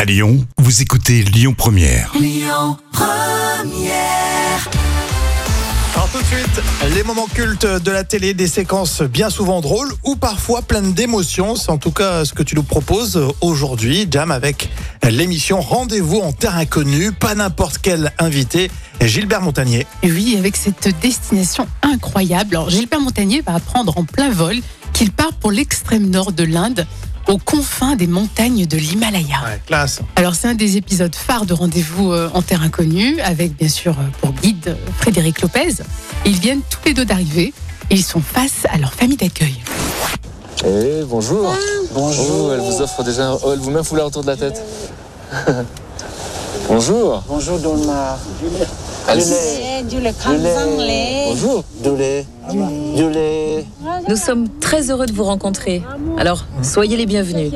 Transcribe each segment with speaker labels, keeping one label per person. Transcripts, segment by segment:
Speaker 1: À Lyon, vous écoutez Lyon Première.
Speaker 2: Alors tout de suite, les moments cultes de la télé, des séquences bien souvent drôles ou parfois pleines d'émotions. C'est en tout cas ce que tu nous proposes aujourd'hui, Jam, avec l'émission Rendez-vous en terre inconnue. Pas n'importe quel invité, Gilbert Montagnier.
Speaker 3: Et oui, avec cette destination incroyable. Alors, Gilbert Montagnier va apprendre en plein vol qu'il part pour l'extrême nord de l'Inde, aux confins des montagnes de l'Himalaya.
Speaker 2: Ouais, classe.
Speaker 3: Alors, c'est un des épisodes phares de Rendez-vous euh, en terre inconnue, avec bien sûr euh, pour guide euh, Frédéric Lopez. Ils viennent tous les deux d'arriver et ils sont face à leur famille d'accueil.
Speaker 4: Eh bonjour. Bonjour. elle vous offre déjà. un- Oh, elle vous met un foulard autour de la tête. bonjour.
Speaker 5: Bonjour Dolmar.
Speaker 4: Elle-
Speaker 5: Bonjour. Doulé. Doulé.
Speaker 6: Nous sommes très heureux de vous rencontrer. Alors, soyez les bienvenus.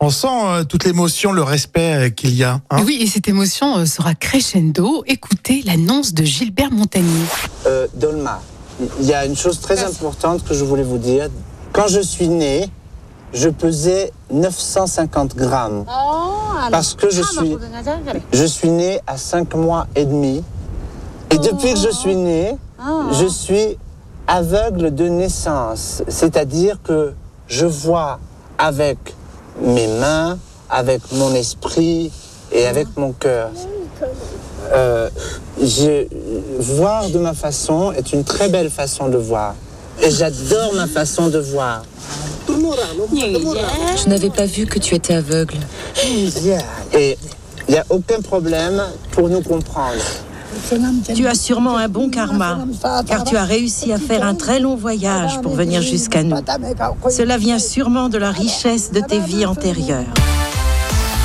Speaker 2: On sent euh, toute l'émotion, le respect euh, qu'il y a. hein.
Speaker 3: oui, et cette émotion euh, sera crescendo. Écoutez l'annonce de Gilbert Montagnier.
Speaker 5: Euh, Dolmar, il y a une chose très importante que je voulais vous dire. Quand je suis né, je pesais 950 grammes.
Speaker 7: Oh,
Speaker 5: Parce que je
Speaker 7: Ah, bah,
Speaker 5: suis, je suis né à 5 mois et demi. Et depuis que je suis né, je suis aveugle de naissance. C'est-à-dire que je vois avec mes mains, avec mon esprit et avec mon cœur. Euh, je- voir de ma façon est une très belle façon de voir. Et j'adore ma façon de voir.
Speaker 6: Je n'avais pas vu que tu étais aveugle.
Speaker 5: Et il n'y a aucun problème pour nous comprendre.
Speaker 7: Tu as sûrement un bon karma, car tu as réussi à faire un très long voyage pour venir jusqu'à nous. Cela vient sûrement de la richesse de tes vies antérieures.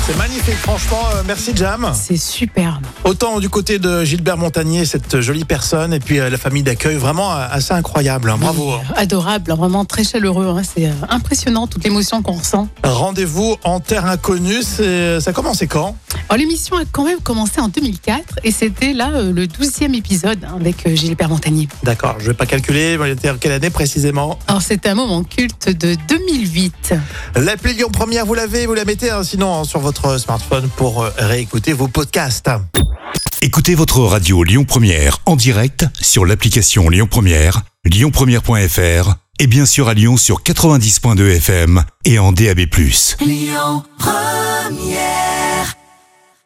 Speaker 2: C'est magnifique, franchement. euh, merci, Jam.
Speaker 3: C'est superbe.
Speaker 2: Autant du côté de Gilbert Montagnier, cette jolie personne, et puis euh, la famille d'accueil, vraiment euh, assez incroyable. hein. Bravo. hein.
Speaker 3: Adorable, vraiment très chaleureux. hein. C'est euh, impressionnant toute l'émotion qu'on ressent.
Speaker 2: Rendez-vous en terre inconnue. c'est- Ça commence et quand
Speaker 3: Alors, Oh, l'émission a quand même commencé en 2004 et c'était là euh, le 12e épisode hein, avec euh, Gilbert Montagnier.
Speaker 2: D'accord, je vais pas calculer, mais dire quelle année précisément.
Speaker 3: Alors Oh, c'est un moment culte de 2008.
Speaker 2: L'appli Lyon Première, vous l'avez, vous la mettez hein, sinon hein, sur votre smartphone pour euh, réécouter vos podcasts.
Speaker 1: Écoutez votre radio Lyon Première en direct sur l'application Lyon Première, lyonpremière.fr et bien sûr à Lyon sur 90.2 FM et en DAB+.